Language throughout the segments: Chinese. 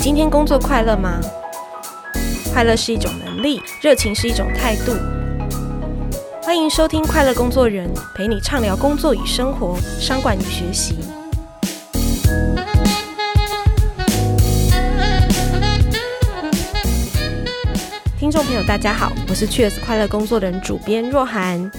今天工作快乐吗？快乐是一种能力，热情是一种态度。欢迎收听《快乐工作人》，陪你畅聊工作与生活、商管与学习。听众朋友，大家好，我是 Cheers 快乐工作人主编若涵，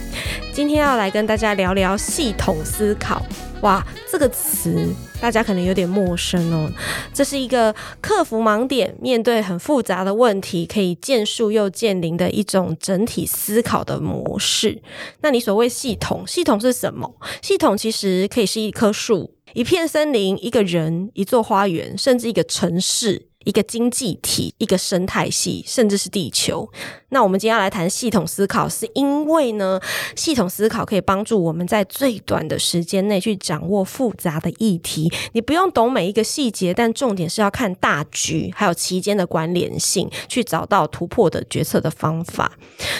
今天要来跟大家聊聊系统思考。哇，这个词大家可能有点陌生哦。这是一个克服盲点、面对很复杂的问题，可以见树又见林的一种整体思考的模式。那你所谓系统，系统是什么？系统其实可以是一棵树、一片森林、一个人、一座花园，甚至一个城市。一个经济体、一个生态系，甚至是地球。那我们今天要来谈系统思考，是因为呢，系统思考可以帮助我们在最短的时间内去掌握复杂的议题。你不用懂每一个细节，但重点是要看大局，还有其间的关联性，去找到突破的决策的方法。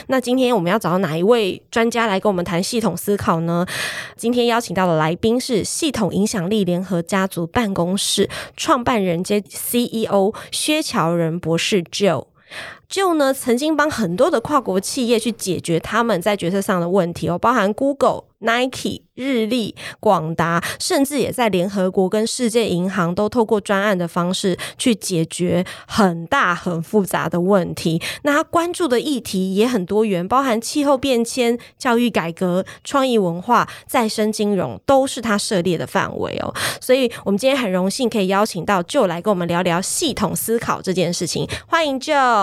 那今天我们要找哪一位专家来跟我们谈系统思考呢？今天邀请到的来宾是系统影响力联合家族办公室创办人兼 CEO。薛乔仁博士 Joe。Joe 呢，曾经帮很多的跨国企业去解决他们在决策上的问题哦，包含 Google、Nike、日立、广达，甚至也在联合国跟世界银行都透过专案的方式去解决很大很复杂的问题。那他关注的议题也很多元，包含气候变迁、教育改革、创意文化、再生金融，都是他涉猎的范围哦。所以我们今天很荣幸可以邀请到 Joe 来跟我们聊聊系统思考这件事情。欢迎 Joe。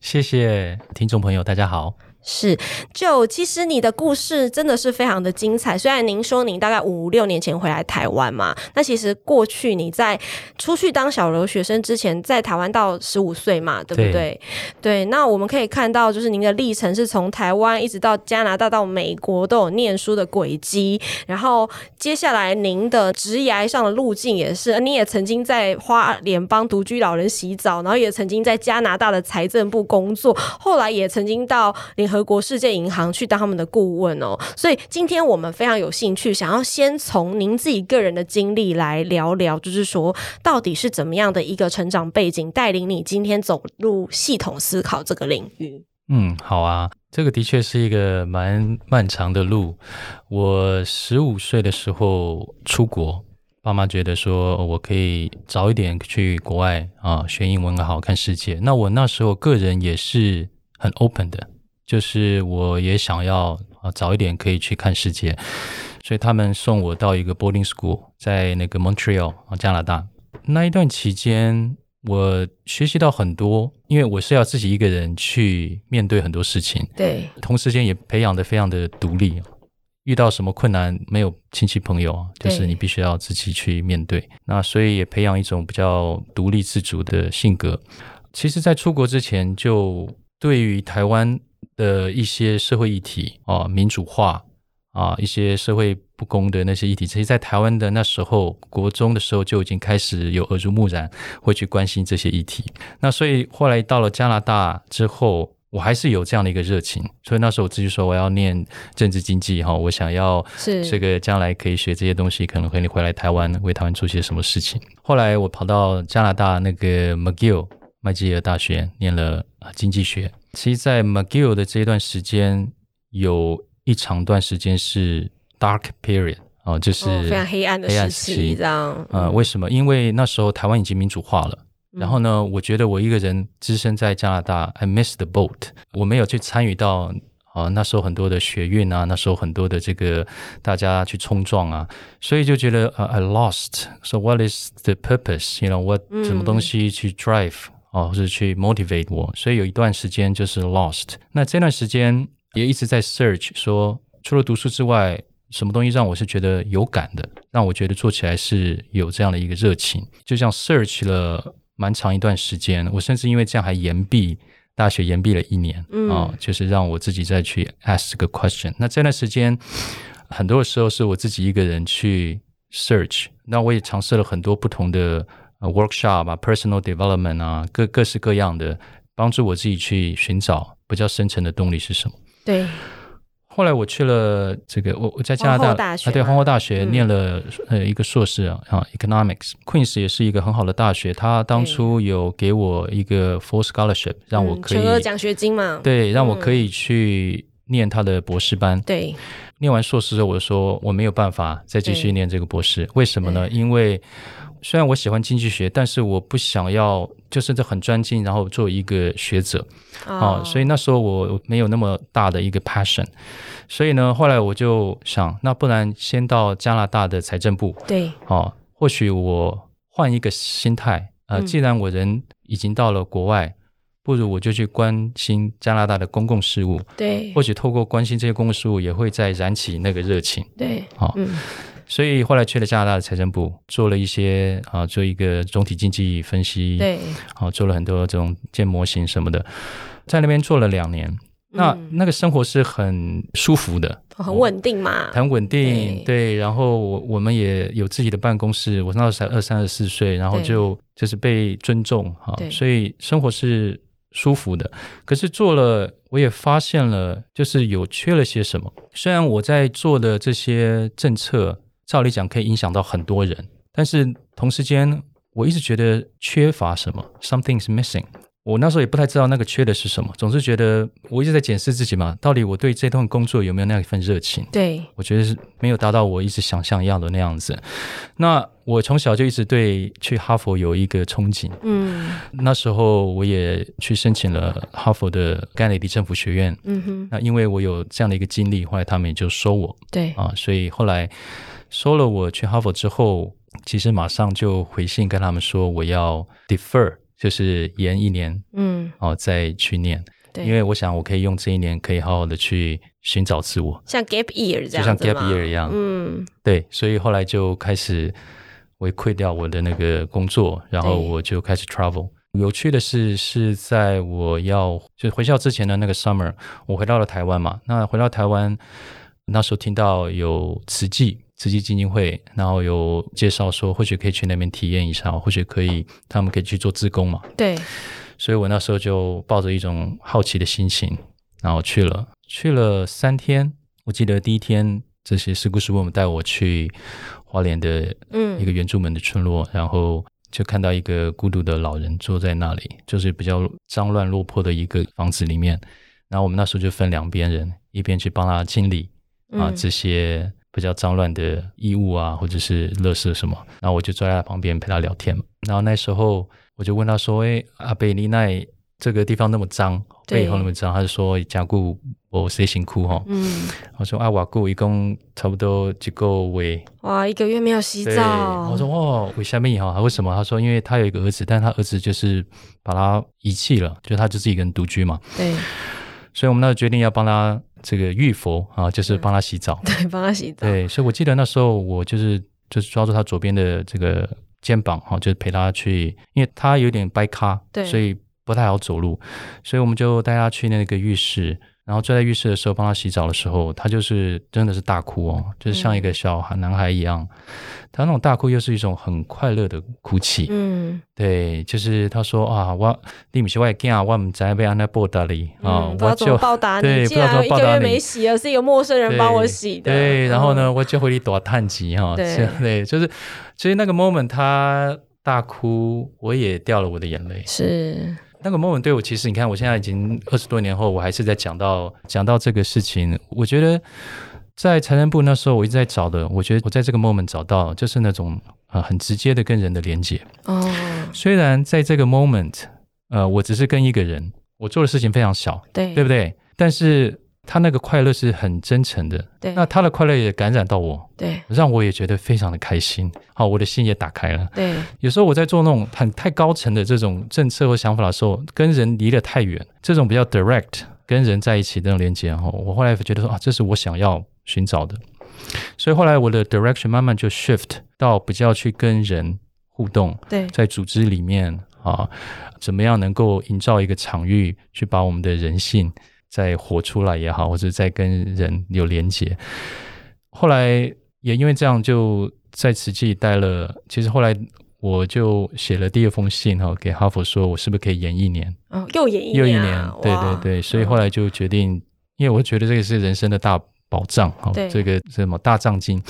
谢谢听众朋友，大家好。是，就其实你的故事真的是非常的精彩。虽然您说您大概五六年前回来台湾嘛，那其实过去你在出去当小留学生之前，在台湾到十五岁嘛，对不对？对,对，那我们可以看到，就是您的历程是从台湾一直到加拿大到美国都有念书的轨迹，然后接下来您的职涯上的路径也是，你也曾经在花莲帮独居老人洗澡，然后也曾经在加拿大的财政部工作，后来也曾经到联。合国世界银行去当他们的顾问哦，所以今天我们非常有兴趣，想要先从您自己个人的经历来聊聊，就是说到底是怎么样的一个成长背景带领你今天走入系统思考这个领域？嗯，好啊，这个的确是一个蛮漫长的路。我十五岁的时候出国，爸妈觉得说我可以早一点去国外啊，学英文好看世界。那我那时候个人也是很 open 的。就是我也想要啊早一点可以去看世界，所以他们送我到一个 boarding school，在那个 Montreal 啊加拿大。那一段期间，我学习到很多，因为我是要自己一个人去面对很多事情。对，同时间也培养的非常的独立，遇到什么困难没有亲戚朋友啊，就是你必须要自己去面对。那所以也培养一种比较独立自主的性格。其实，在出国之前，就对于台湾。的一些社会议题啊，民主化啊，一些社会不公的那些议题，其实，在台湾的那时候，国中的时候就已经开始有耳濡目染，会去关心这些议题。那所以后来到了加拿大之后，我还是有这样的一个热情，所以那时候我自己说我要念政治经济哈，我想要是这个将来可以学这些东西，可能会回来台湾为台湾做些什么事情。后来我跑到加拿大那个 McGill 麦吉尔大学念了呃经济学。其实，在 McGill 的这一段时间，有一长段时间是 dark period 啊、呃，就是哦非常黑暗的黑暗时期。这样，嗯、呃，嗯为什么？因为那时候台湾已经民主化了。然后呢，我觉得我一个人只身在加拿大，I miss the boat，我没有去参与到啊、呃、那时候很多的学运啊，那时候很多的这个大家去冲撞啊，所以就觉得呃、uh, I lost，so what is the purpose？You know what、嗯、什么东西去 drive？哦，或者去 motivate 我，所以有一段时间就是 lost。那这段时间也一直在 search，说除了读书之外，什么东西让我是觉得有感的，让我觉得做起来是有这样的一个热情。就像 search 了蛮长一段时间，我甚至因为这样还延毕大学，延毕了一年啊、嗯哦，就是让我自己再去 ask 这个 question。那这段时间，很多的时候是我自己一个人去 search，那我也尝试了很多不同的。workshop 啊，personal development 啊，各各式各样的，帮助我自己去寻找比较深层的动力是什么。对。后来我去了这个，我我在加拿皇大后大学啊，对，吗皇后大学嗯念了、呃一个硕士啊啊，economics。Queens 也是一个很好的大学，它当初有给我一个 full scholarship，让我嗯可以、全额奖学金嘛，对，让我可以去念他的博士班。嗯对念完硕士之后，我就说我没有办法再继续对念这个博士，为什么呢？因为虽然我喜欢经济学，但是我不想要就是这很专精，然后做一个学者哦啊、所以那时候我没有那么大的一个 passion，所以呢，后来我就想，那不然先到加拿大的财政部对哦，或许我换一个心态，呃，嗯既然我人已经到了国外，不如我就去关心加拿大的公共事务，对或许透过关心这些公共事务，也会再燃起那个热情。对，好嗯所以后来去了加拿大的财政部，做了一些啊，做一个总体经济分析，对，啊，做了很多这种建模型什么的，在那边做了两年。那、嗯那个生活是很舒服的，哦很稳定嘛，很稳定，对对。然后我我们也有自己的办公室，我那时候才二三十四岁，然后对就就是被尊重哈对，所以生活是舒服的。可是做了，我也发现了，就是有缺了些什么。虽然我在做的这些政策，照理讲可以影响到很多人，但是同时间我一直觉得缺乏什么，something is missing。我那时候也不太知道那个缺的是什么，总是觉得我一直在检视自己嘛，到底我对这段工作有没有那一份热情？对我觉得是没有达到我一直想象要的那样子。那我从小就一直对去哈佛有一个憧憬，嗯那时候我也去申请了哈佛的甘乃迪政府学院。嗯哼，那因为我有这样的一个经历，后来他们也就收我对啊，所以后来收了我去哈佛之后，其实马上就回信跟他们说我要 defer，就是延一年嗯哦再去念，对，因为我想我可以用这一年可以好好的去寻找自我，像 gap year 这就样，像 gap year 一样，嗯对，所以后来就开始我溃掉我的那个工作，然后对我就开始 travel。有趣的是，是在我要就回校之前的那个 summer，我回到了台湾嘛。那回到台湾，那时候听到有慈济慈济基金会，然后有介绍说，或许可以去那边体验一下，或许可以他们可以去做志工嘛。对所以我那时候就抱着一种好奇的心情，然后去了，去了三天。我记得第一天，这些师姑师伯们带我去花莲的嗯一个原住民的村落，然后就看到一个孤独的老人坐在那里，就是比较脏乱落魄的一个房子里面。然后我们那时候就分两边人，一边去帮他清理啊、嗯这些比较脏乱的衣物啊，或者是垃圾什么。然后我就坐在他旁边陪他聊天嘛。然后那时候我就问他说：“哎，阿贝利奈这个地方那么脏，对背后那么脏。”他就说：“加固我谁辛苦哈？”嗯，我说：“啊，瓦固一共差不多几个位。”哇，一个月没有洗对，澡，我说哦，为什么以后啊？为什么？他说，因为他有一个儿子，但他儿子就是把他遗弃了，就他就自己一个人独居嘛。对所以我们那时候决定要帮他这个浴佛啊，就是帮他洗澡。对，帮他洗澡，对，所以我记得那时候我就是就是抓住他左边的这个肩膀哈、就是陪他去，因为他有点掰咖，对所以不太好走路，所以我们就带他去那个浴室。然后坐在浴室的时候，帮他洗澡的时候，他就是真的是大哭哦，就是像一嗯个小孩男孩一样。他那种大哭又是一种很快乐的哭泣，嗯对，就是他说啊，我你不是我的囝，我唔知道要安那报答你啊，嗯，不知我道怎么就报答对你，不竟知道怎然么一报个答月你没洗了，是一个陌生人帮我洗的，对，然后嗯？呢，我就回你多叹气哈，对这样 对，就是其实那个 moment 他大哭，我也掉了我的眼泪。是，那个 moment 对我，其实你看，我现在已经二十多年后，我还是在讲到讲到这个事情，我觉得。在财政部那时候，我一直在找的，我觉得我在这个 moment 找到，就是那种呃很直接的跟人的连接。哦，虽然在这个 moment，呃，我只是跟一个人，我做的事情非常小，对对不对？但是他那个快乐是很真诚的，对那他的快乐也感染到我，对让我也觉得非常的开心。好，我的心也打开了。对有时候我在做那种很太高层的这种政策或想法的时候，跟人离得太远，这种比较 direct 跟人在一起的那种连接，哈，我后来觉得说啊，这是我想要寻找的。所以后来我的 direction 慢慢就 shift 到比较去跟人互动，对在组织里面啊，怎么样能够营造一个场域，去把我们的人性再活出来也好，或者再跟人有连接。后来也因为这样，就在慈济待了。其实后来我就写了第二封信哈、给哈佛说我是不是可以延一年，哦，又演一又一年年啊，对哇对对，所以后来就决定因为我觉得这个是人生的大保障啊、对这个什么大藏经，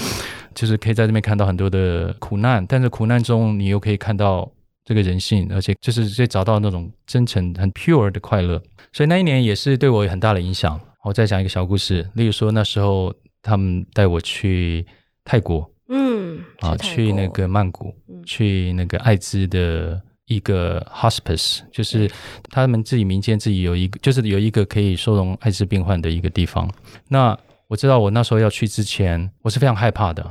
就是可以在这边看到很多的苦难，但是苦难中你又可以看到这个人性，而且就是可以找到那种真诚、很 pure 的快乐。所以那一年也是对我有很大的影响。我再讲一个小故事，例如说那时候他们带我去泰国嗯，啊，泰去那国个曼谷，嗯去那个艾滋的一个 hospice，就是他们自己民间自己有一个，就是有一个可以收容艾滋病患的一个地方。那我知道我那时候要去之前，我是非常害怕的。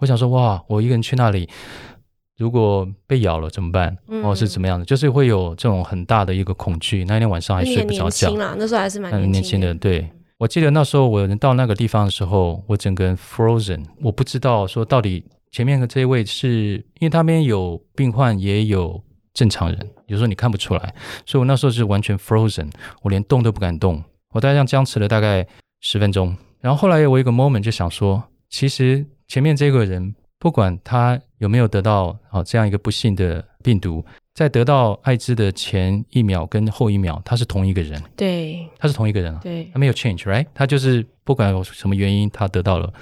我想说，哇，我一个人去那里，如果被咬了怎么办？嗯哦，是怎么样的？就是会有这种很大的一个恐惧。那一天晚上还你睡也不着年觉轻。啦，那时候还是蛮嗯，年轻轻的，对。我记得那时候我人到那个地方的时候，我整个人 frozen，我不知道说到底前面的这一位是因为他们有病患也有正常人，有时候你看不出来，所以我那时候是完全 frozen，我连动都不敢动，我大概这样僵持了大概十分钟。然后后来我有一个 moment 就想说，其实前面这个人不管他有没有得到啊这样一个不幸的病毒，在得到艾滋的前一秒跟后一秒，他是同一个人。对他是同一个人啊，对他，没有 change，right？他就是不管有什么原因，他得到了。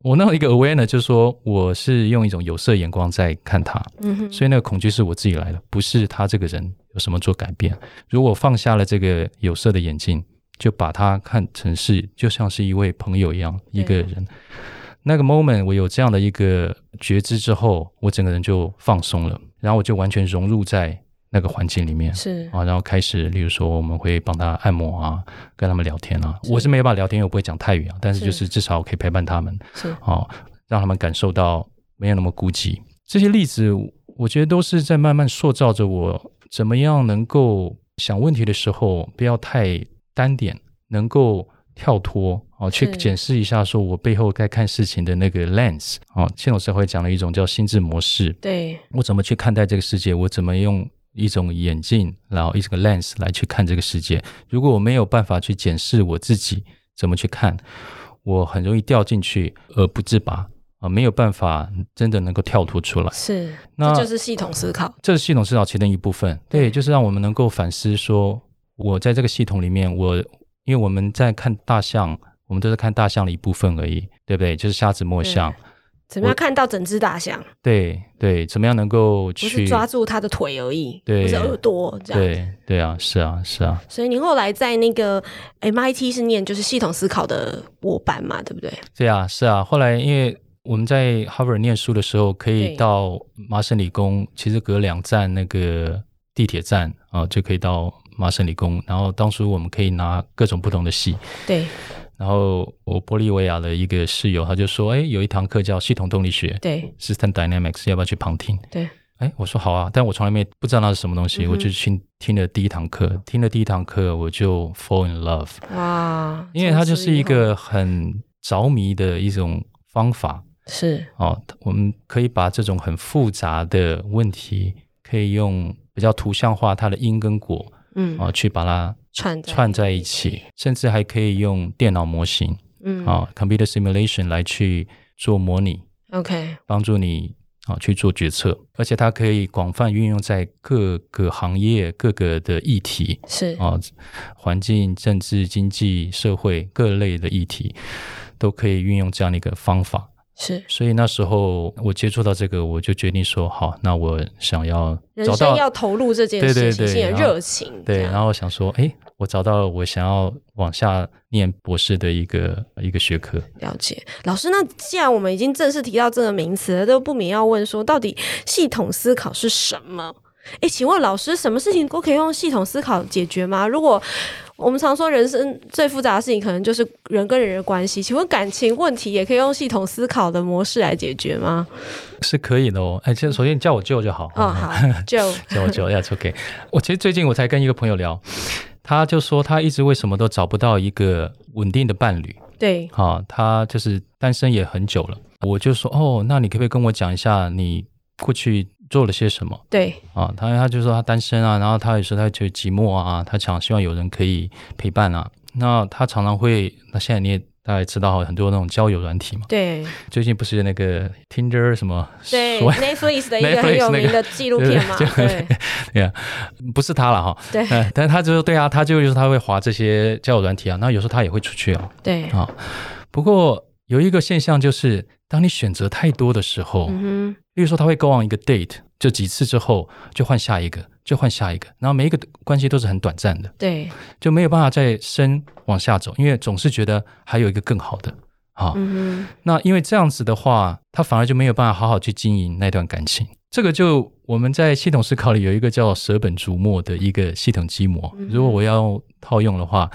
我那有一个 awareness 就是说，我是用一种有色眼光在看他，嗯哼，所以那个恐惧是我自己来的，不是他这个人有什么做改变。如果放下了这个有色的眼镜，就把他看成是就像是一位朋友一样一个人。那个 moment 我有这样的一个觉知之后，我整个人就放松了，然后我就完全融入在那个环境里面。是啊，然后开始，例如说我们会帮他按摩啊，跟他们聊天啊。是我是没办法聊天，因为我不会讲泰语啊，但是是就是至少可以陪伴他们是，啊，让他们感受到没有那么孤寂。这些例子，我觉得都是在慢慢塑造着我怎么样能够想问题的时候不要太单点，能够跳脱啊，去是检视一下说我背后在看事情的那个 lens 啊。谢老师会讲了一种叫心智模式，对我怎么去看待这个世界，我怎么用一种眼镜，然后一个 lens 来去看这个世界。如果我没有办法去检视我自己怎么去看，我很容易掉进去而不自拔啊，没有办法真的能够跳脱出来。是，那这就是嗯系统思考，这是系统思考其中一部分，对，就是让我们能够反思说，我在这个系统里面，我因为我们在看大象，我们都是看大象的一部分而已，对不对？就是瞎子摸象，怎么样看到整只大象，对对，怎么样能够不去是抓住它的腿而已，对不是耳朵这样。对对啊，是啊，是啊，所以你后来在那个 MIT 是念就是系统思考的博班嘛，对不对？对啊，是啊。后来因为我们在哈佛念书的时候，可以对到麻省理工，其实隔两站那个地铁站啊、就可以到麻省理工。然后当初我们可以拿各种不同的系。对然后我玻利维亚的一个室友他就说：“哎，有一堂课叫系统动力学对 （System Dynamics），要不要去旁听？”对，哎，我说好啊，但我从来没不知道那是什么东西，嗯哼我就去听了第一堂课，听了第一堂课我就 fall in love，哇，因为它就从此是一以后个很着迷的一种方法是哦。我们可以把这种很复杂的问题，可以用比较图像化它的因跟果嗯啊、哦去把它串在串在一起，甚至还可以用电脑模型嗯啊、c o m p u t e r simulation 来去做模拟， OK 帮助你啊、去做决策，而且它可以广泛运用在各个行业、各个的议题。是啊，环境、政治、经济、社会各类的议题，都可以运用这样的一个方法。是所以那时候我接触到这个，我就决定说，好，那我想要人找生到要投入这件对对事情，是对你的然后热情对，这样然后想说，哎，我找到了我想要往下念博士的一个一个学科。了解，老师，那既然我们已经正式提到这个名词了，都不免要问说，到底系统思考是什么？诶，请问老师，什么事情都可以用系统思考解决吗？如果我们常说人生最复杂的事情，可能就是人跟人的关系，请问感情问题也可以用系统思考的模式来解决吗？是可以的哦，哎，这首先你叫我舅就好。哦，好，就 叫我舅，That's OK。我其实最近我才跟一个朋友聊，他就说他一直为什么都找不到一个稳定的伴侣，对，啊，他就是单身也很久了。我就说，哦，那你可不可以跟我讲一下你过去做了些什么对，啊？他他就说他单身啊，然后他有时候他觉得寂寞啊，他想希望有人可以陪伴啊。那他常常会，那现在你也大家也知道很多那种交友软体嘛，对最近不是那个 Tinder 什么对所谓，Netflix 的一个 Netflix 很有那个名的纪录片 嘛，对对对对不是他了哈，对呃， 但是他就对啊，他就就是他会划这些交友软体啊，那有时候他也会出去啊对，啊。不过有一个现象就是，当你选择太多的时候，嗯哼，例如说他会 go on 一个 date，就几次之后就换下一个，就换下一个，然后每一个关系都是很短暂的，对，就没有办法再深往下走，因为总是觉得还有一个更好的啊。嗯哼，那因为这样子的话，他反而就没有办法好好去经营那段感情。这个就我们在系统思考里有一个叫舍本逐末的一个系统基模嗯。如果我要套用的话，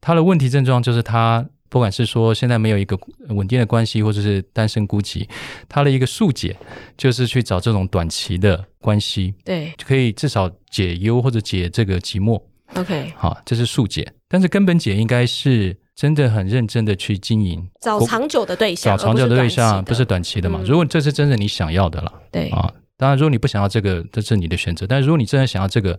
他的问题症状就是他不管是说现在没有一个稳定的关系，或者是单身孤寂，他的一个速解就是去找这种短期的关系，对可以至少解忧或者解这个寂寞。 ，OK，好，这是速解，但是根本解应该是真的很认真的去经营找沟长久的对象，找长久而的对象，啊不不是是短短期的嘛嗯？如果这是真的你想要的了期的对，啊，当然如果你不想要这个，这是你的选择。但如果你真的想要这个，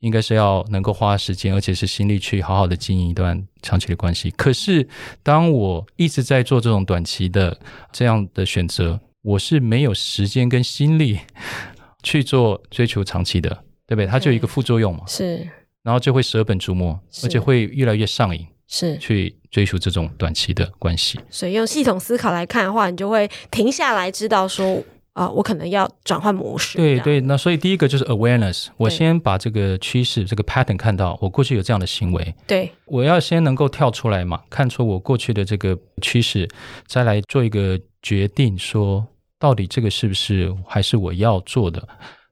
应该是要能够花时间，而且是心力去好好的经营一段长期的关系。可是当我一直在做这种短期的这样的选择，我是没有时间跟心力 去做追求长期的，对不对？它就有一个副作用嘛，是然后就会舍本逐末，是而且会越来越上瘾，是，去追求这种短期的关系。所以用系统思考来看的话，你就会停下来，知道说啊、我可能要转换模式，对这样，对，那所以第一个就是 awareness，我对先把这个趋势、这个 pattern 看到，我过去有这样的行为，对我要先能够跳出来嘛，看出我过去的这个趋势，再来做一个决定说，到底这个是不是还是我要做的。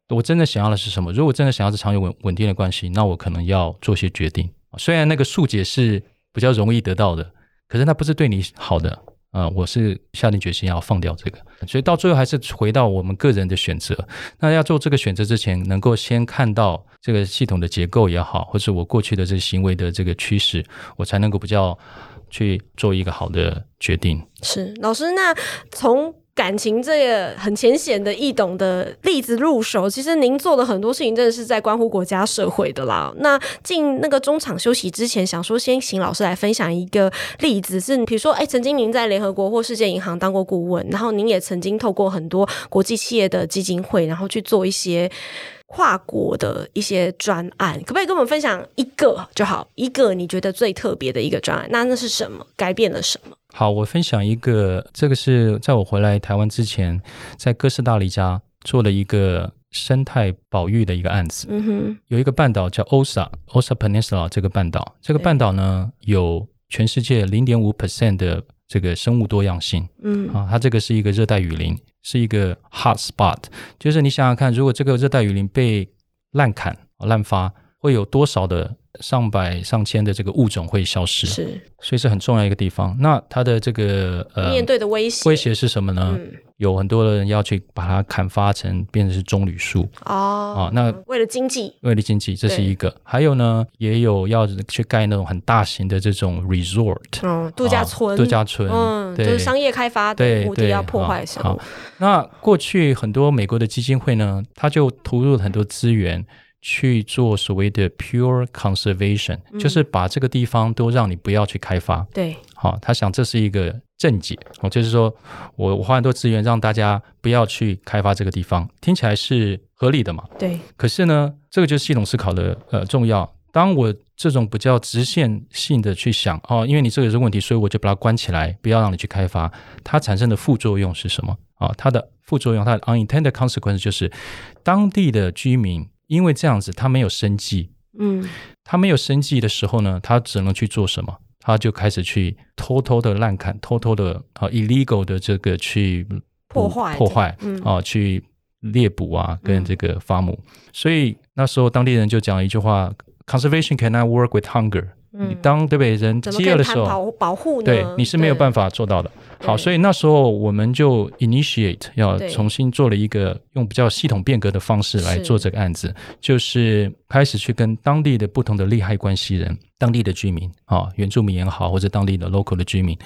我真的想要的是什么？如果真的想要是长久稳稳定的关系，那我可能要做些决定。虽然那个速解是比较容易得到的，可是那不是对你好的啊、呃我是下定决心要放掉这个，所以到最后还是回到我们个人的选择。那要做这个选择之前，能够先看到这个系统的结构也好，或是我过去的这行为的这个趋势，我才能够比较去做一个好的决定。是老师，那从。感情这个很浅显的易懂的例子入手，其实您做的很多事情真的是在关乎国家社会的啦。那进那个中场休息之前，想说先请老师来分享一个例子，是比如说，哎，曾经您在联合国或世界银行当过顾问，然后您也曾经透过很多国际企业的基金会，然后去做一些跨国的一些专案，可不可以跟我们分享一个就好？一个你觉得最特别的一个专案，那那是什么？改变了什么？好，我分享一个，这个是在我回来台湾之前，在哥斯达黎加做了一个生态保育的一个案子。嗯哼，有一个半岛叫 OSA，OSA Peninsula 这个半岛，这个对半岛呢有全世界零点五 percent 的这个生物多样性嗯，啊，它这个是一个热带雨林，是一个 hot spot，就是你想想看，如果这个热带雨林被滥砍、滥伐，会有多少的上百、上千的这个物种会消失，是所以是很重要一个地方。那它的这个呃面对的威胁，威胁呃是什么呢？嗯，有很多人要去把它砍伐成变成是棕榈树，哦啊，那为了经济，为了经济，这是一个。还有呢，也有要去盖那种很大型的这种 resort 嗯，度假啊村，度假村，嗯，就对是商业开发的对目的要对破坏啊生物啊，那过去很多美国的基金会呢，它就投入了很多资源去做所谓的 pure conservation，、嗯就是把这个地方都让你不要去开发。对，好、他想这是一个正解，哦，就是说我我花很多资源让大家不要去开发这个地方，听起来是合理的嘛？对，可是呢，这个就是系统思考的呃重要。当我这种比较直线性的去想哦，因为你这个是问题，所以我就把它关起来，不要让你去开发。它产生的副作用是什么啊、它的副作用，它的 unintended consequence 就是当地的居民因为这样子，他没有生计，嗯，他没有生计的时候呢，他只能去做什么？他就开始去偷偷的滥砍，偷偷的啊、illegal 的这个去破坏破坏啊、这个嗯去猎捕啊，嗯跟这个伐木。所以那时候当地人就讲了一句话：“Conservation cannot work with hunger。嗯你当对不对？人怎么饥可饿以嗯的谈时候，保保护呢？对你是没有办法做到的。好，所以那时候我们就 initiate 要对重新做了一个用比较系统变革的方式来是做这个案子，就是开始去跟当地的不同的利害关系人、当地的居民啊、原住民也好，或者当地的 local 的居民、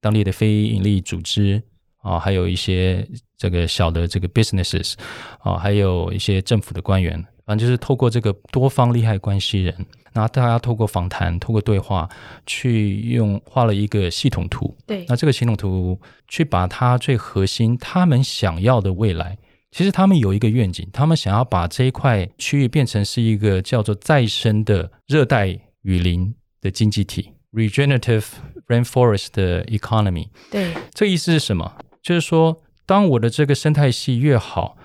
当地的非营利组织啊、还有一些这个小的这个 businesses 啊、还有一些政府的官员啊、反正就是透过这个多方利害关系人，那大家透过访谈、透过对话，去用画了一个系统图。对那这个系统图去把它最核心，他们想要的未来，其实他们有一个愿景，他们想要把这一块区域变成是一个叫做再生的热带雨林的经济体 （regenerative rainforest 的 economy）。对这意思是什么？就是说，当我的这个生态系越好，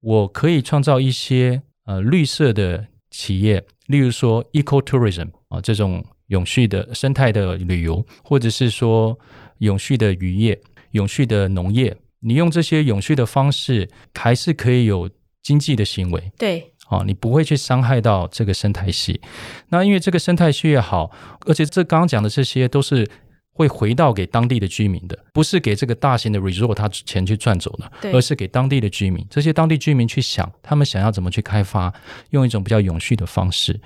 我可以创造一些呃绿色的企业，例如说 ecotourism 啊这种永续的生态的旅游，或者是说永续的渔业、永续的农业。你用这些永续的方式，还是可以有经济的行为。对哦，你不会去伤害到这个生态系。那因为这个生态系越好，而且这刚刚讲的这些都是会回到给当地的居民的，不是给这个大型的 resort 他钱去赚走的，对而是给当地的居民。这些当地居民去想，他们想要怎么去开发，用一种比较永续的方式。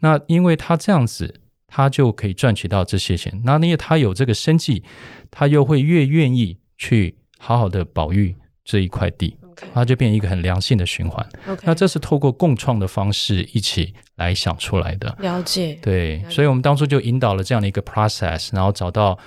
那因为他这样子。他就可以赚取到这些钱，那因为他有这个生计，他又会越愿意去好好的保育这一块地， ，OK 它就变成一个很良性的循环。 OK，那这是透过共创的方式一起来想出来的。了解，对，所以我们当初就引导了这样的一个 process，然后找到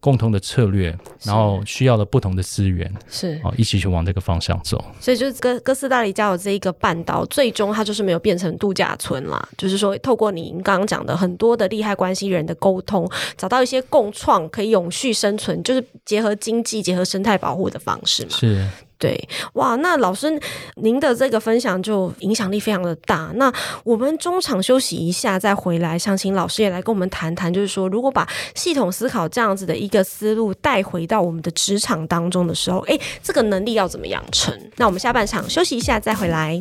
共同的策略，然后需要的不同的资源，是，哦，一起去往这个方向走。所以就是哥哥斯达黎加有这一个半岛，最终它就是没有变成度假村啦。就是说，透过你刚刚讲的很多的利害关系人的沟通，找到一些共创可以永续生存，就是结合经济、结合生态保护的方式嘛。是，对，哇，那老师您的这个分享就影响力非常的大。那我们中场休息一下，再回来，想请老师也来跟我们谈谈，就是说，如果把系统思考这样子的一个思路带回到我们的职场当中的时候，诶，这个能力要怎么养成？那我们下半场休息一下再回来。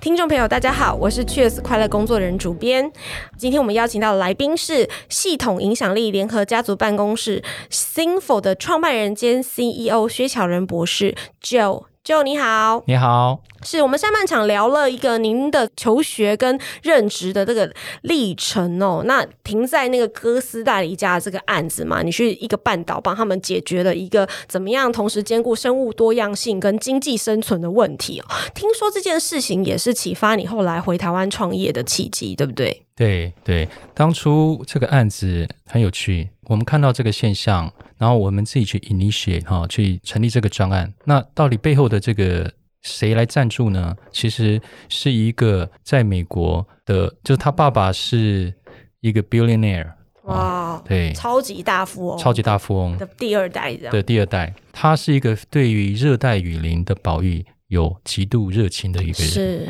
听众朋友，大家好，我是 Cheers 快乐工作人主编。今天我们邀请到的来宾是系统影响力联合家族办公室 s i n f o 的创办人兼 CEO 薛巧仁博士 Joe。Joe 你好，你好，是我们上半场聊了一个您的求学跟任职的这个历程哦。那停在那个哥斯达黎加这个案子嘛，你去一个半岛帮他们解决了一个怎么样同时兼顾生物多样性跟经济生存的问题哦。听说这件事情也是启发你后来回台湾创业的契机，对不对？对对，当初这个案子很有趣，我们看到这个现象，然后我们自己去 initiate 哈、去成立这个专案。那到底背后的这个谁来赞助呢？其实是一个在美国的，就是他爸爸是一个 billionaire，哇，对，超级大富翁，超级大富翁的第二代这样。的第二代，他是一个对于热带雨林的保育有极度热情的一个人。是，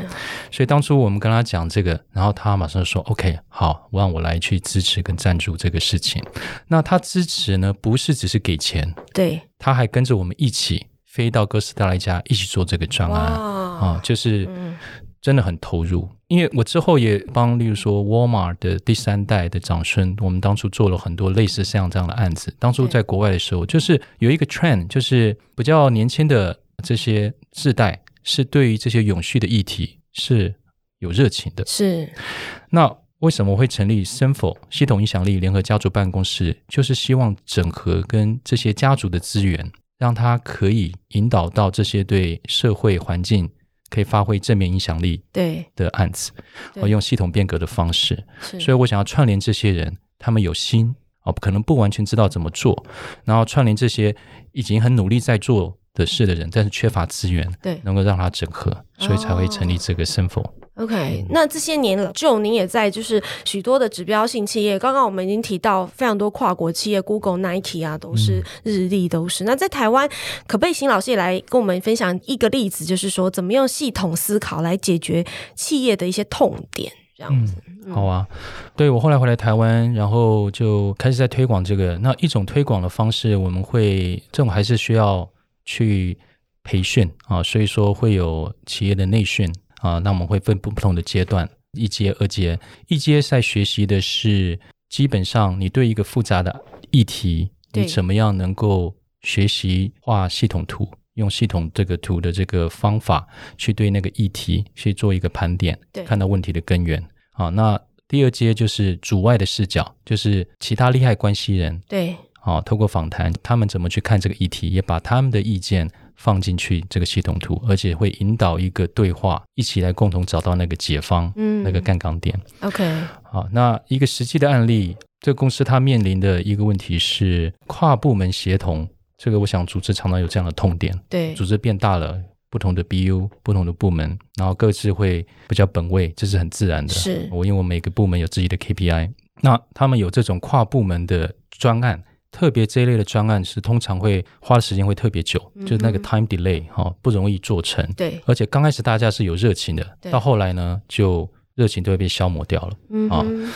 所以当初我们跟他讲这个，然后他马上说 OK，好，我让我来去支持跟赞助这个事情。那他支持呢，不是只是给钱，对，他还跟着我们一起飞到哥斯达黎加一起做这个专案哇，啊、就是嗯，真的很投入。因为我之后也帮，例如说 Walmart 的第三代的长孙，我们当初做了很多类似像这样的案子。当初对在国外的时候，就是有一个 trend，就是比较年轻的这些世代是对于这些永续的议题是有热情的。是，那为什么会成立 s e n f o 系统影响力联合家族办公室？就是希望整合跟这些家族的资源，让它可以引导到这些对社会环境可以发挥正面影响力对，的案子，对嗯我用系统变革的方式。是，所以我想要串联这些人，他们有心哦，可能不完全知道怎么做，然后串联这些已经很努力在做的事的人，但是缺乏资源，对哦能够让它整合，所以才会成立这个 s e n f o OK，那这些年了，就您也在就是许多的指标性企业，刚刚我们已经提到非常多跨国企业，Google、Nike 啊，都嗯是日历都是。那在台湾，可不可以请老师也来跟我们分享一个例子，就是说怎么用系统思考来解决企业的一些痛点，这样子？好啊，对我后来回来台湾，然后就开始在推广这个。那一种推广的方式，我们会这种还是需要去培训啊，所以说会有企业的内训啊，那我们会分不同的阶段，一阶、二阶。一阶在学习的是基本上你对一个复杂的议题，对你怎么样能够学习画系统图，用系统这个图的这个方法去对那个议题去做一个盘点对，看到问题的根源。啊，那第二阶就是主外的视角，就是其他利害关系人对，啊，透过访谈，他们怎么去看这个议题，也把他们的意见放进去这个系统图，而且会引导一个对话，一起来共同找到那个解方，嗯，那个杠杆点。 OK，好，那一个实际的案例，这个公司它面临的一个问题是跨部门协同，这个我想组织常常有这样的痛点，对，组织变大了。不同的 BU、不同的部门，然后各自会比较本位，这是很自然的。是我因为我每个部门有自己的 KPI，那他们有这种跨部门的专案，特别这一类的专案是通常会花的时间会特别久，嗯哼就是那个 time delay 哈、不容易做成。对，而且刚开始大家是有热情的，对到后来呢，就热情都会被消磨掉了。嗯啊哼，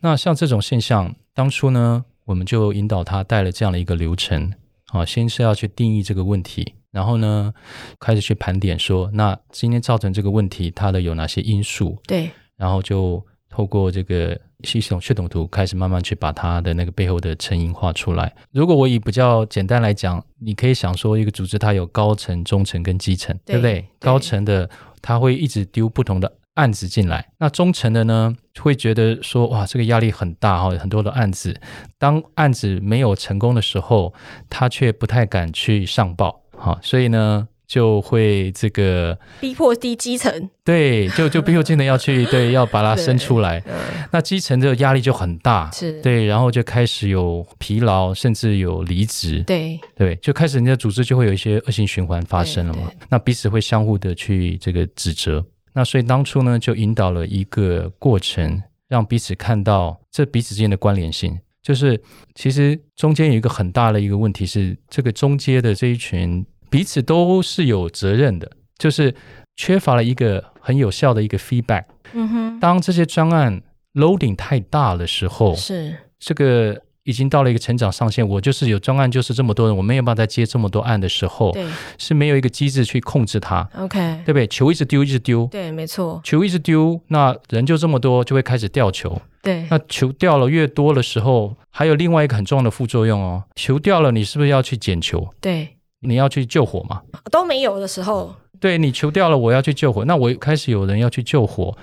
那像这种现象，当初呢，我们就引导他带了这样的一个流程啊，先是要去定义这个问题，然后呢，开始去盘点说，那今天造成这个问题它的有哪些因素，对，然后就透过这个系统血统图开始慢慢去把它的那个背后的成因画出来。如果我以比较简单来讲，你可以想说，一个组织它有高层、中层跟基层，对对不对？高层的他会一直丢不同的。案子进来，那中层的呢会觉得说哇，这个压力很大哈，很多的案子。当案子没有成功的时候，他却不太敢去上报哈，所以呢就会这个逼迫低基层，对，就就逼迫真的要去对，要 把它生出来。嗯，那基层的压力就很大，是，对，然后就开始有疲劳，甚至有离职，对，对，就开始人家组织就会有一些恶性循环发生了嘛对。那彼此会相互的去这个指责。那所以当初呢，就引导了一个过程，让彼此看到这彼此之间的关联性。就是其实中间有一个很大的一个问题是，这个中间的这一群彼此都是有责任的，就是缺乏了一个很有效的一个 feedback。嗯哼，当这些专案 loading 太大的时候，是，这个已经到了一个成长上限，我就是有专案，就是这么多人，我没有办法再接这么多案的时候，对嗯是没有一个机制去控制它， ，OK，对不对？球一直丢，一直丢，对，没错，球一直丢，那人就这么多，就会开始掉球。对，那球掉了越多的时候，还有另外一个很重要的副作用哦，球掉了，你是不是要去捡球？对，你要去救火嘛？都没有的时候，对你球掉了，我要去救火，那我开始有人要去救火，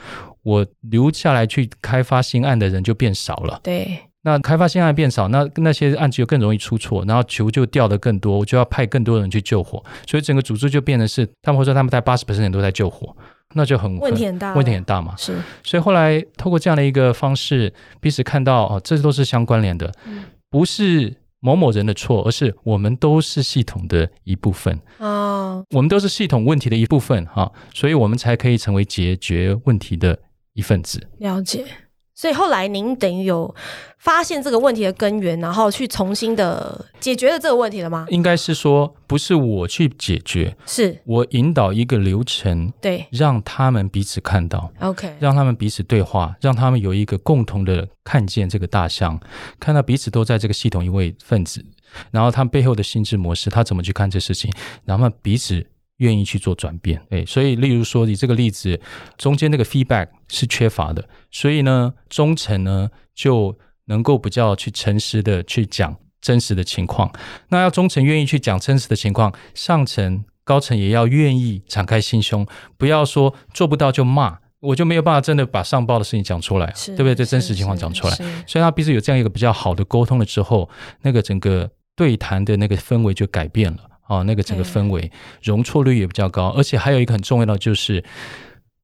我留下来去开发新案的人就变少了。对，那开发新案变少，那那些案子就更容易出错，然后球就掉的更多，我就要派更多人去救火，所以整个组织就变成是他们会说他们在八十 percent 都在救火，那就很问题很大，很问题很大嘛。是，所以后来透过这样的一个方式，彼此看到哦，这都是相关联的，嗯不是某某人的错，而是我们都是系统的一部分，哦，我们都是系统问题的一部分哈、所以我们才可以成为解决问题的一份子。了解。所以后来您等于有发现这个问题的根源，然后去重新的解决了这个问题了吗？应该是说，不是我去解决，是，我引导一个流程，对让他们彼此看到， ，OK，让他们彼此对话，让他们有一个共同的看见这个大象，看到彼此都在这个系统一位分子，然后他们背后的心智模式，他怎么去看这事情，然后他们彼此愿意去做转变。对，所以例如说你这个例子中间那个 feedback 是缺乏的，所以呢，中层呢就能够比较去诚实的去讲真实的情况。那要中层愿意去讲真实的情况，上层、高层也要愿意敞开心胸，不要说做不到就骂，我就没有办法真的把上报的事情讲出来，是，对不对？这真是实情况讲出来。是是所以他彼此有这样一个比较好的沟通了之后，那个整个对谈的那个氛围就改变了啊，那个整个氛围容错率也比较高，而且还有一个很重要的就是，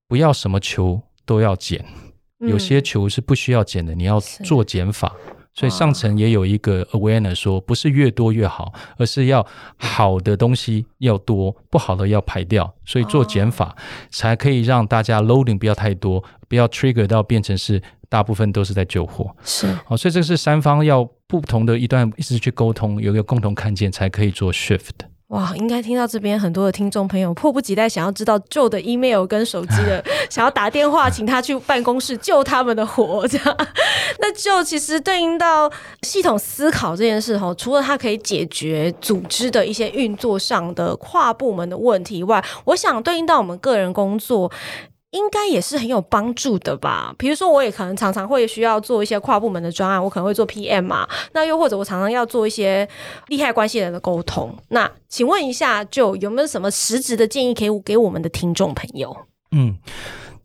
不要什么球都要捡，有些球是不需要捡的，你要是做减法。所以上层也有一个 awareness 说，不是越多越好，而是要好的东西要多，不好的要排掉。所以做减法才可以让大家 loading 不要太多，不要 trigger 到变成是大部分都是在救火。是好，所以这是三方要不同的一段一直去沟通，有一个共同看见，才可以做 shift。哇，应该听到这边很多的听众朋友迫不及待想要知道旧的 email 跟手机的， 想要打电话请他去办公室救他们的火，这样。那就其实对应到系统思考这件事吼，除了它可以解决组织的一些运作上的跨部门的问题以外，我想对应到我们个人工作。应该也是很有帮助的吧。比如说，我也可能常常会需要做一些跨部门的专案，我可能会做 PM 嘛。那又或者我常常要做一些利害关系人的沟通。那请问一下，就有没有什么实质的建议可以给我们的听众朋友？嗯，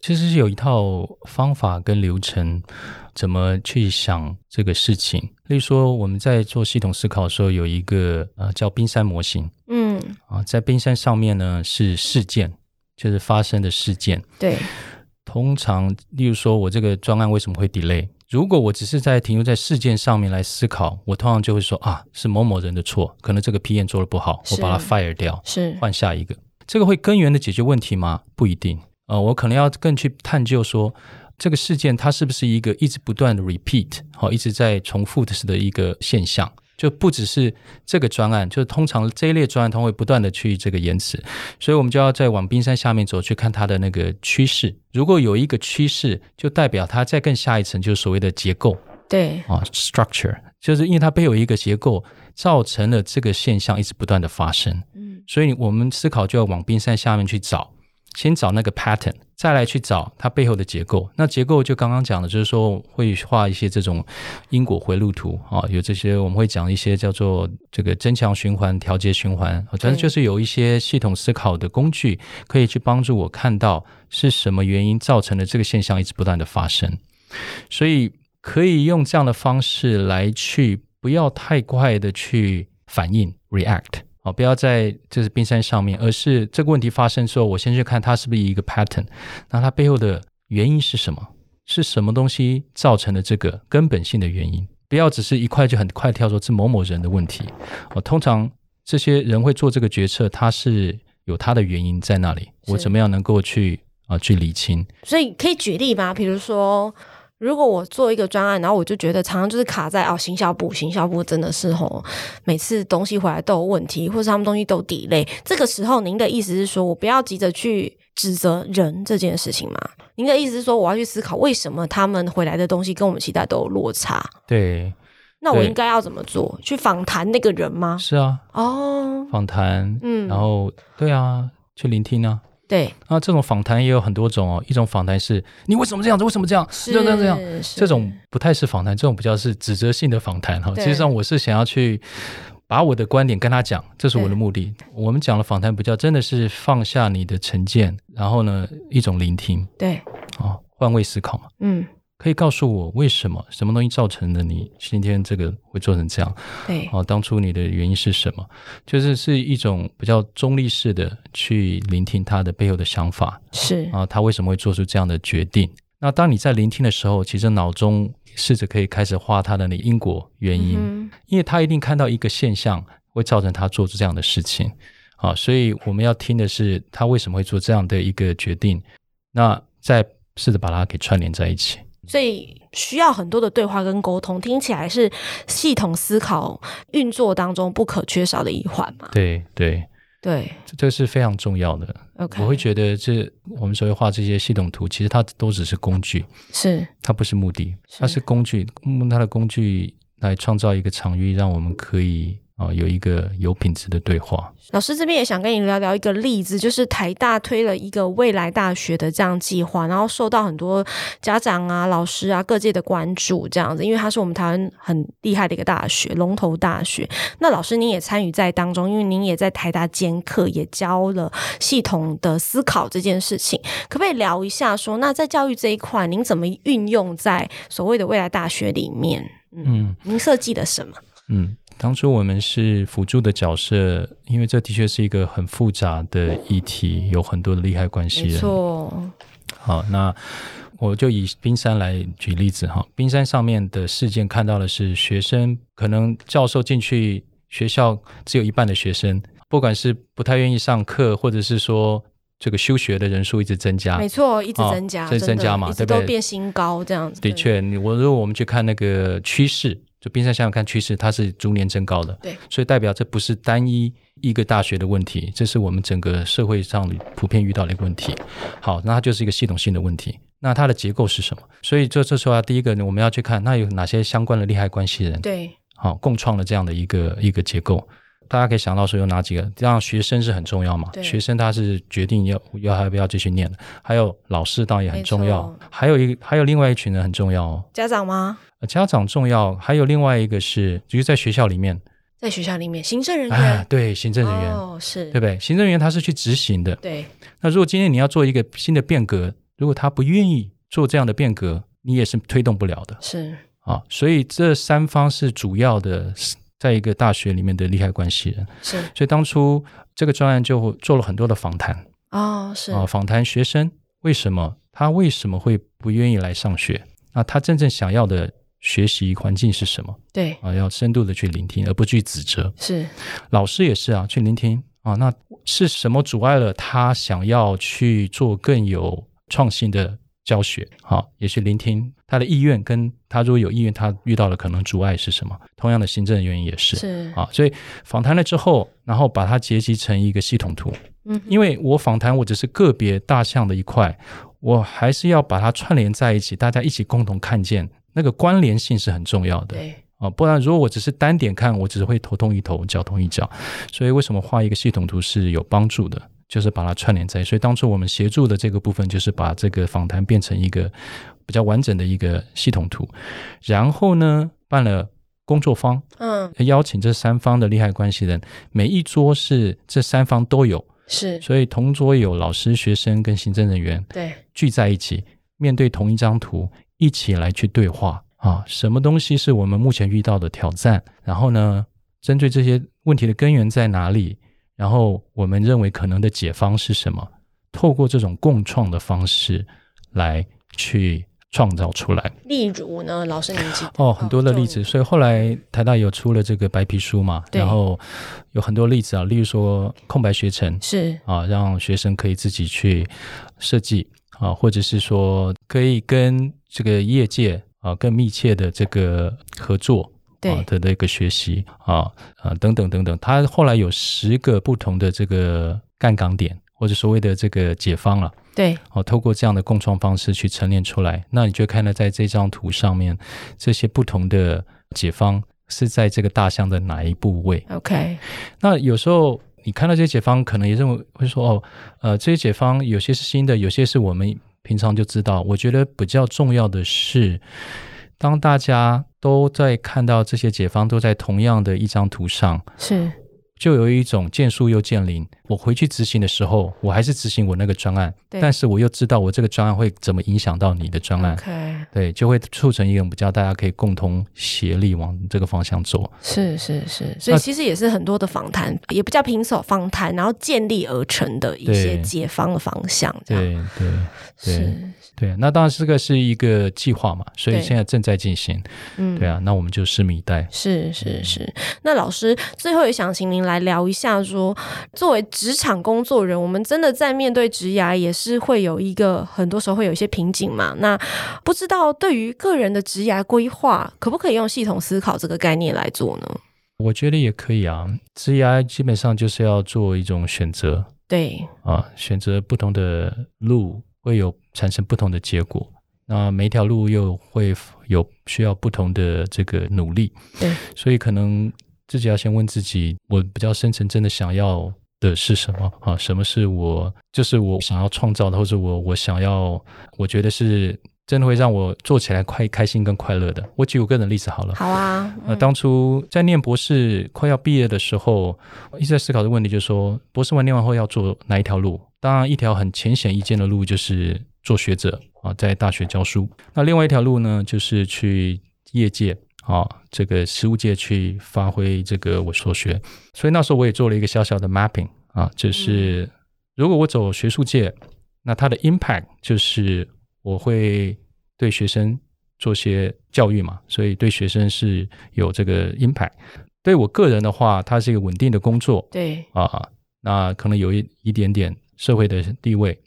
其实是有一套方法跟流程，怎么去想这个事情。例如说，我们在做系统思考的时候，有一个呃叫冰山模型嗯，啊，在冰山上面呢是事件，就是发生的事件。对，通常，例如说我这个专案为什么会 delay？如果我只是在停留在事件上面来思考，我通常就会说啊，是某某人的错，可能这个 PM 做的不好，我是把它 fire 掉，是，换下一个。这个会根源的解决问题吗？不一定。呃，我可能要更去探究说，这个事件它是不是一个一直不断的 repeat，好、一直在重复的的一个现象。就不只是这个专案，就是通常这一类专案，它会不断的去这个延迟，所以我们就要再往冰山下面走，去看它的那个趋势。如果有一个趋势，就代表它再更下一层，就是所谓的结构。对，啊 structure，就是因为它背后有一个结构，造成了这个现象一直不断的发生。嗯，所以我们思考就要往冰山下面去找，先找那个 pattern，再来去找它背后的结构。那结构就刚刚讲的，就是说会画一些这种因果回路图啊，有这些我们会讲一些叫做这个增强循环、调节循环，啊反正就是有一些系统思考的工具，可以去帮助我看到是什么原因造成了这个现象一直不断的发生。所以可以用这样的方式来去，不要太快的去反应 react 哦，不要在就是冰山上面，而是这个问题发生之后，我先去看它是不是一个 pattern，那它背后的原因是什么？是什么东西造成的这个根本性的原因？不要只是一块就很快跳说是某某人的问题哦。通常这些人会做这个决策，他是有他的原因在那里，我是怎么样能够去啊、去理清？所以可以举例吗？比如说，如果我做一个专案，然后我就觉得常常就是卡在哦，行销部，行销部真的是吼，每次东西回来都有问题，或是他们东西都 delay。这个时候，您的意思是说我不要急着去指责人这件事情吗？您的意思是说我要去思考为什么他们回来的东西跟我们期待都有落差？对，那我对应该要怎么做？去访谈那个人吗？是啊，哦，访谈，嗯然后对啊，去聆听啊。对，那这种访谈也有很多种哦，一种访谈是你为什么这样子，为什么这样，是这样这样这样，是这种不太是访谈，这种比较是指责性的访谈哈。对实际上我是想要去把我的观点跟他讲，这是我的目的。我们讲的访谈比较真的是放下你的成见，然后呢一种聆听对，哦，换位思考嘛。嗯，可以告诉我为什么什么东西造成了你今天这个会做成这样？对，哦，当初你的原因是什么？就是是一种比较中立式的去聆听他的背后的想法是，啊，他为什么会做出这样的决定？那当你在聆听的时候，其实脑中试着可以开始画他的那因果原因，嗯哼因为他一定看到一个现象会造成他做出这样的事情啊，所以我们要听的是他为什么会做这样的一个决定，那再试着把它给串联在一起。所以需要很多的对话跟沟通，听起来是系统思考运作当中不可缺少的一环嘛？对对，对这这是非常重要的。 ，OK，我会觉得这我们所谓画这些系统图，其实它都只是工具，是它不是目的，是它是工具，用它的工具来创造一个场域，让我们可以啊、有一个有品质的对话。老师这边也想跟你聊聊一个例子，就是台大推了一个未来大学的这样计划，然后受到很多家长啊、老师啊各界的关注，这样子，因为它是我们台湾很厉害的一个大学，龙头大学。那老师您也参与在当中，因为您也在台大兼课，也教了系统的思考这件事情，可不可以聊一下说，那在教育这一块，您怎么运用在所谓的未来大学里面？嗯您设计了什么？嗯，当初我们是辅助的角色，因为这的确是一个很复杂的议题，有很多的利害关系人。错，好，那我就以冰山来举例子哈。冰山上面的事件看到的是学生，可能教授进去学校只有一半的学生，不管是不太愿意上课，或者是说这个休学的人数一直增加。没错，一直哦增加，所以真增的加嘛一直对不都对变新高这样子。的确，你我如果我们去看那个趋势，就冰山下面看趋势，它是逐年增高的。对，所以代表这不是单一一个大学的问题，这是我们整个社会上普遍遇到的一个问题。好，那它就是一个系统性的问题。那它的结构是什么？所以这这时候啊，第一个呢，我们要去看那有哪些相关的利害关系人，对好、共创了这样的一个一个结构。大家可以想到说有哪几个？让学生是很重要嘛对，学生他是决定要要还要不要继续念的，还有老师当然也很重没要错，还有一还有另外一群人很重要哦，家长吗？呃家长重要，还有另外一个是就是在学校里面，在学校里面，行政人哎员，，对，行政人员，哦，是对不对？行政人员他是去执行的。对那如果今天你要做一个新的变革，如果他不愿意做这样的变革，你也是推动不了的是啊。所以这三方是主要的，在一个大学里面的利害关系人。是所以当初这个专案就做了很多的访谈哦是啊，访谈学生为什么他为什么会不愿意来上学？那他真正想要的学习环境是什么对啊？要深度的去聆听，而不去指责。是老师也是啊，去聆听啊，那是什么阻碍了他想要去做更有创新的教学？啊，也去聆听他的意愿，跟他如果有意愿，他遇到了可能阻碍是什么？同样的，行政人员也是是啊，所以访谈了之后，然后把它结集成一个系统图。嗯哼因为我访谈我只是个别大项的一块，我还是要把它串联在一起，大家一起共同看见，那个关联性是很重要的。对啊，不然如果我只是单点看，我只会头痛一头，脚痛一脚。所以为什么画一个系统图是有帮助的，就是把它串联在一起。所以当初我们协助的这个部分，就是把这个访谈变成一个比较完整的一个系统图，然后呢，办了工作坊，嗯邀请这三方的利害关系人，每一桌是这三方都有，是所以同桌有老师、学生跟行政人员对聚在一起，面对同一张图，一起来去对话啊，什么东西是我们目前遇到的挑战？然后呢，针对这些问题的根源在哪里？然后我们认为可能的解方是什么？透过这种共创的方式来去创造出来。例如呢老师您记得哦，很多的例就子，所以后来台大有出了这个白皮书嘛，对然后有很多例子啊，例如说空白学程是啊，让学生可以自己去设计啊，或者是说可以跟这个业界啊更密切的这个合作。对啊的那个学习啊啊等等等等，他后来有十个不同的这个干岗点，或者所谓的这个解方了、对哦，透过这样的共创方式去陈列出来，那你就看到在这张图上面，这些不同的解方是在这个大象的哪一部位。 OK 那有时候你看到这些解方，可能也认为会说哦，呃，这些解方有些是新的，有些是我们平常就知道。我觉得比较重要的是，当大家都在看到这些解方都在同样的一张图上，是就有一种见树又见林。我回去执行的时候，我还是执行我那个专案，对但是我又知道我这个专案会怎么影响到你的专案， OK 对，就会促成一种比较大家可以共同协力往这个方向走。是是是，所以其实也是很多的访谈，也不叫平手访谈，然后建立而成的一些对解方的方向，这样对对是对，那当然这个是一个计划嘛，所以对现在正在进行。嗯对啊，那我们就拭目以待。是嗯是是，那老师最后也想请您来聊一下说作为职场工作人，我们真的在面对职涯也是会有一个很多时候会有一些瓶颈嘛？那不知道对于个人的职涯规划，可不可以用系统思考这个概念来做呢？我觉得也可以啊，职涯基本上就是要做一种选择对，啊，选择不同的路会有产生不同的结果。那每一条路又会有需要不同的这个努力，对，所以可能自己要先问自己，我比较深层真的想要的是什么啊？什么是我就是我想要创造的，或者我我想要，我觉得是真的会让我做起来快开心跟快乐的。我举我个人例子好了。好啊，呃，当初在念博士快要毕业的时候，我一直在思考的问题就是说，博士完念完后要做哪一条路？当然，一条很浅显易见的路就是做学者啊，在大学教书。那另外一条路呢，就是去业界啊，这个实务界去发挥这个我所学。所以那时候我也做了一个小小的 mapping 啊，就是如果我走学术界，那它的 impact 就是我会对学生做些教育嘛，所以对学生是有这个 impact。对我个人的话，它是一个稳定的工 作对啊，那可能有一一点点社会的地位。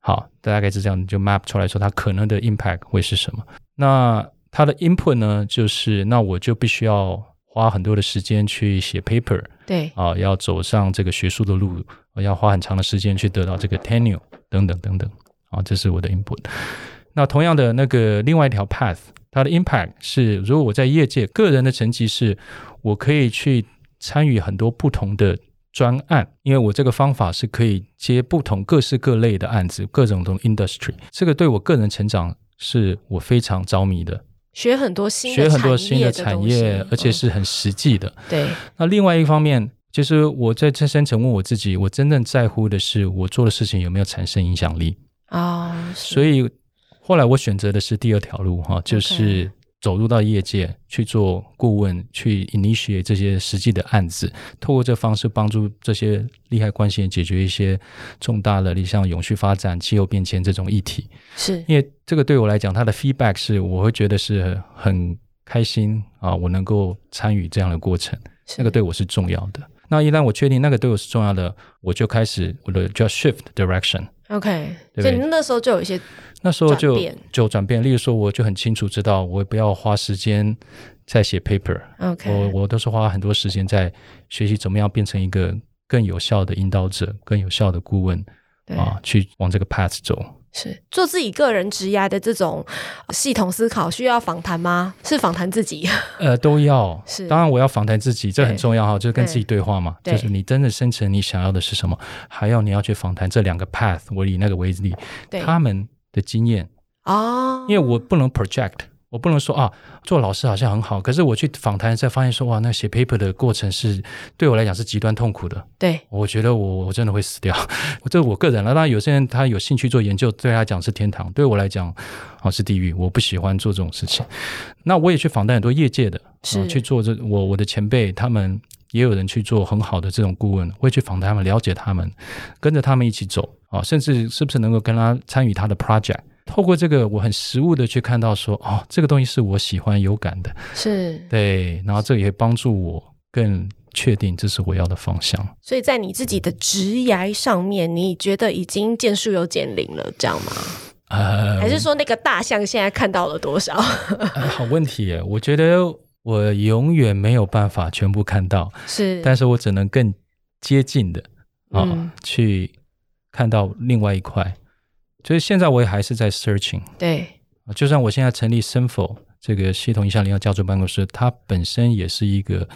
好，大概是这样，你就 map 出来说它可能的 impact 会是什么。那它的 input 呢，就是那我就必须要花很多的时间去写 paper，对啊，要走上这个学术的路，啊要花很长的时间去得到这个 tenure 等等等等啊，这是我的 input。那同样的那个另外一条 path，它的 impact 是，如果我在业界个人的成绩是，我可以去参与很多不同的专案，因为我这个方法是可以接不同各式各类的案子，各种种 industry，这个对我个人成长是我非常着迷的，学很多新的学很多产新业的的产东业西，而且嗯是很实际的。对那另外一方面，就是我在这深层问我自己，我真正在乎的是我做的事情有没有产生影响力哦，所以以后来我选择的是第二条路哈，就是走入到业界去做顾问，去 initiate 这些实际的案子，透过这方式帮助这些利害关系人解决一些重大的，例像永续发展、气候变迁这种议题。是因为这个对我来讲，它的 feedback 是我会觉得是很开心啊，我能够参与这样的过程。那个对我是重要的。那一旦我确定那个对我是重要的，我就开始我的就要 shift direction。 OK，对不对所以你那时候就有一些那时候就转变就转变，例如说，我就很清楚知道，我不要花时间在写 paper， OK，我我都是花很多时间在学习怎么样变成一个更有效的引导者、更有效的顾问对啊，去往这个 path 走。是做自己个人职涯的这种呃系统思考，需要访谈吗？是访谈自己呃，都要是当然我要访谈自己，这很重要哈，就是跟自己对话嘛，对就是你真的深层你想要的是什么，还要你要去访谈这两个 path，我以那个为例，对他们的经验，哦，因为我不能 project，我不能说啊，做老师好像很好，可是我去访谈才发现说，哇，啊那写 paper 的过程是对我来讲是极端痛苦的。对我觉得我我真的会死掉， 这我个人了。当然，有些人他有兴趣做研究，对他来讲是天堂，对我来讲啊是地狱。我不喜欢做这种事情。那我也去访谈很多业界的，是啊去做这我我的前辈他们也有人去做很好的这种顾问，我也去访谈他们，了解他们，跟着他们一起走啊，甚至是不是能够跟他参与他的 project。透过这个，我很实物的去看到说，哦，这个东西是我喜欢、有感的，是，对，然后这也帮助我更确定这是我要的方向。所以在你自己的职涯上面，你觉得已经见树有减龄了，这样吗？呃，还是说那个大象现在看到了多少？ 啊好问题耶！我觉得我永远没有办法全部看到，是，但是我只能更接近的啊、嗯去看到另外一块。所以现在我也还是在 searching，对，啊就算我现在成立 Sinful 这个系统影响力的家族办公室，它本身也是一个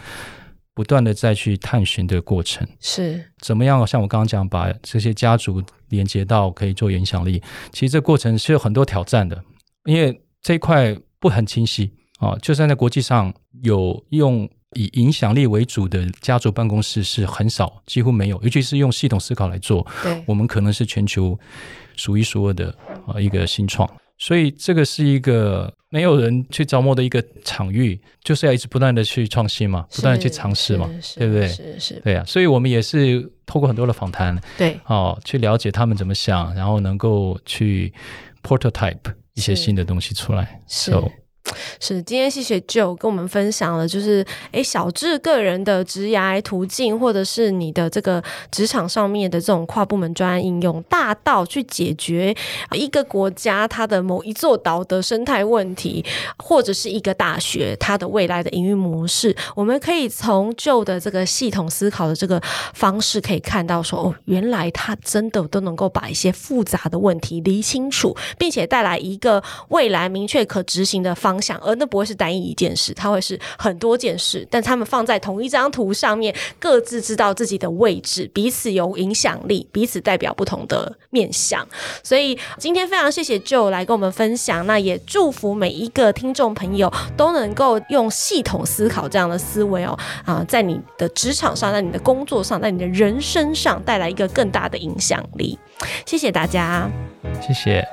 不断的再去探寻的过程。是怎么样？像我刚刚讲，把这些家族连接到可以做影响力，其实这过程是有很多挑战的，因为这一块不很清晰啊。就算在国际上有用以影响力为主的家族办公室是很少，几乎没有，尤其是用系统思考来做，对我们可能是全球数一数二的啊一个新创。所以这个是一个没有人去招募的一个场域，就是要一直不断的去创新嘛，不断的去尝试嘛，对不对？是是，对啊，所以我们也是透过很多的访谈对哦，去了解他们怎么想，然后能够去 prototype 一些是新的东西出来。是 So，是，今天谢谢 Joe 跟我们分享了，就是诶小智个人的职涯途径，或者是你的这个职场上面的这种跨部门专案应用，大到去解决一个国家它的某一座岛的生态问题，或者是一个大学它的未来的营运模式，我们可以从 Joe 的这个系统思考的这个方式可以看到说，哦，原来他真的都能够把一些复杂的问题理清楚，并且带来一个未来明确可执行的方向，而那不会是单一一件事，它会是很多件事，但他们放在同一张图上面，各自知道自己的位置，彼此有影响力，彼此代表不同的面向。所以今天非常谢谢 Joe 来跟我们分享，那也祝福每一个听众朋友都能够用系统思考这样的思维哦，啊、在你的职场上，在你的工作上，在你的人生上带来一个更大的影响力。谢谢大家。谢谢。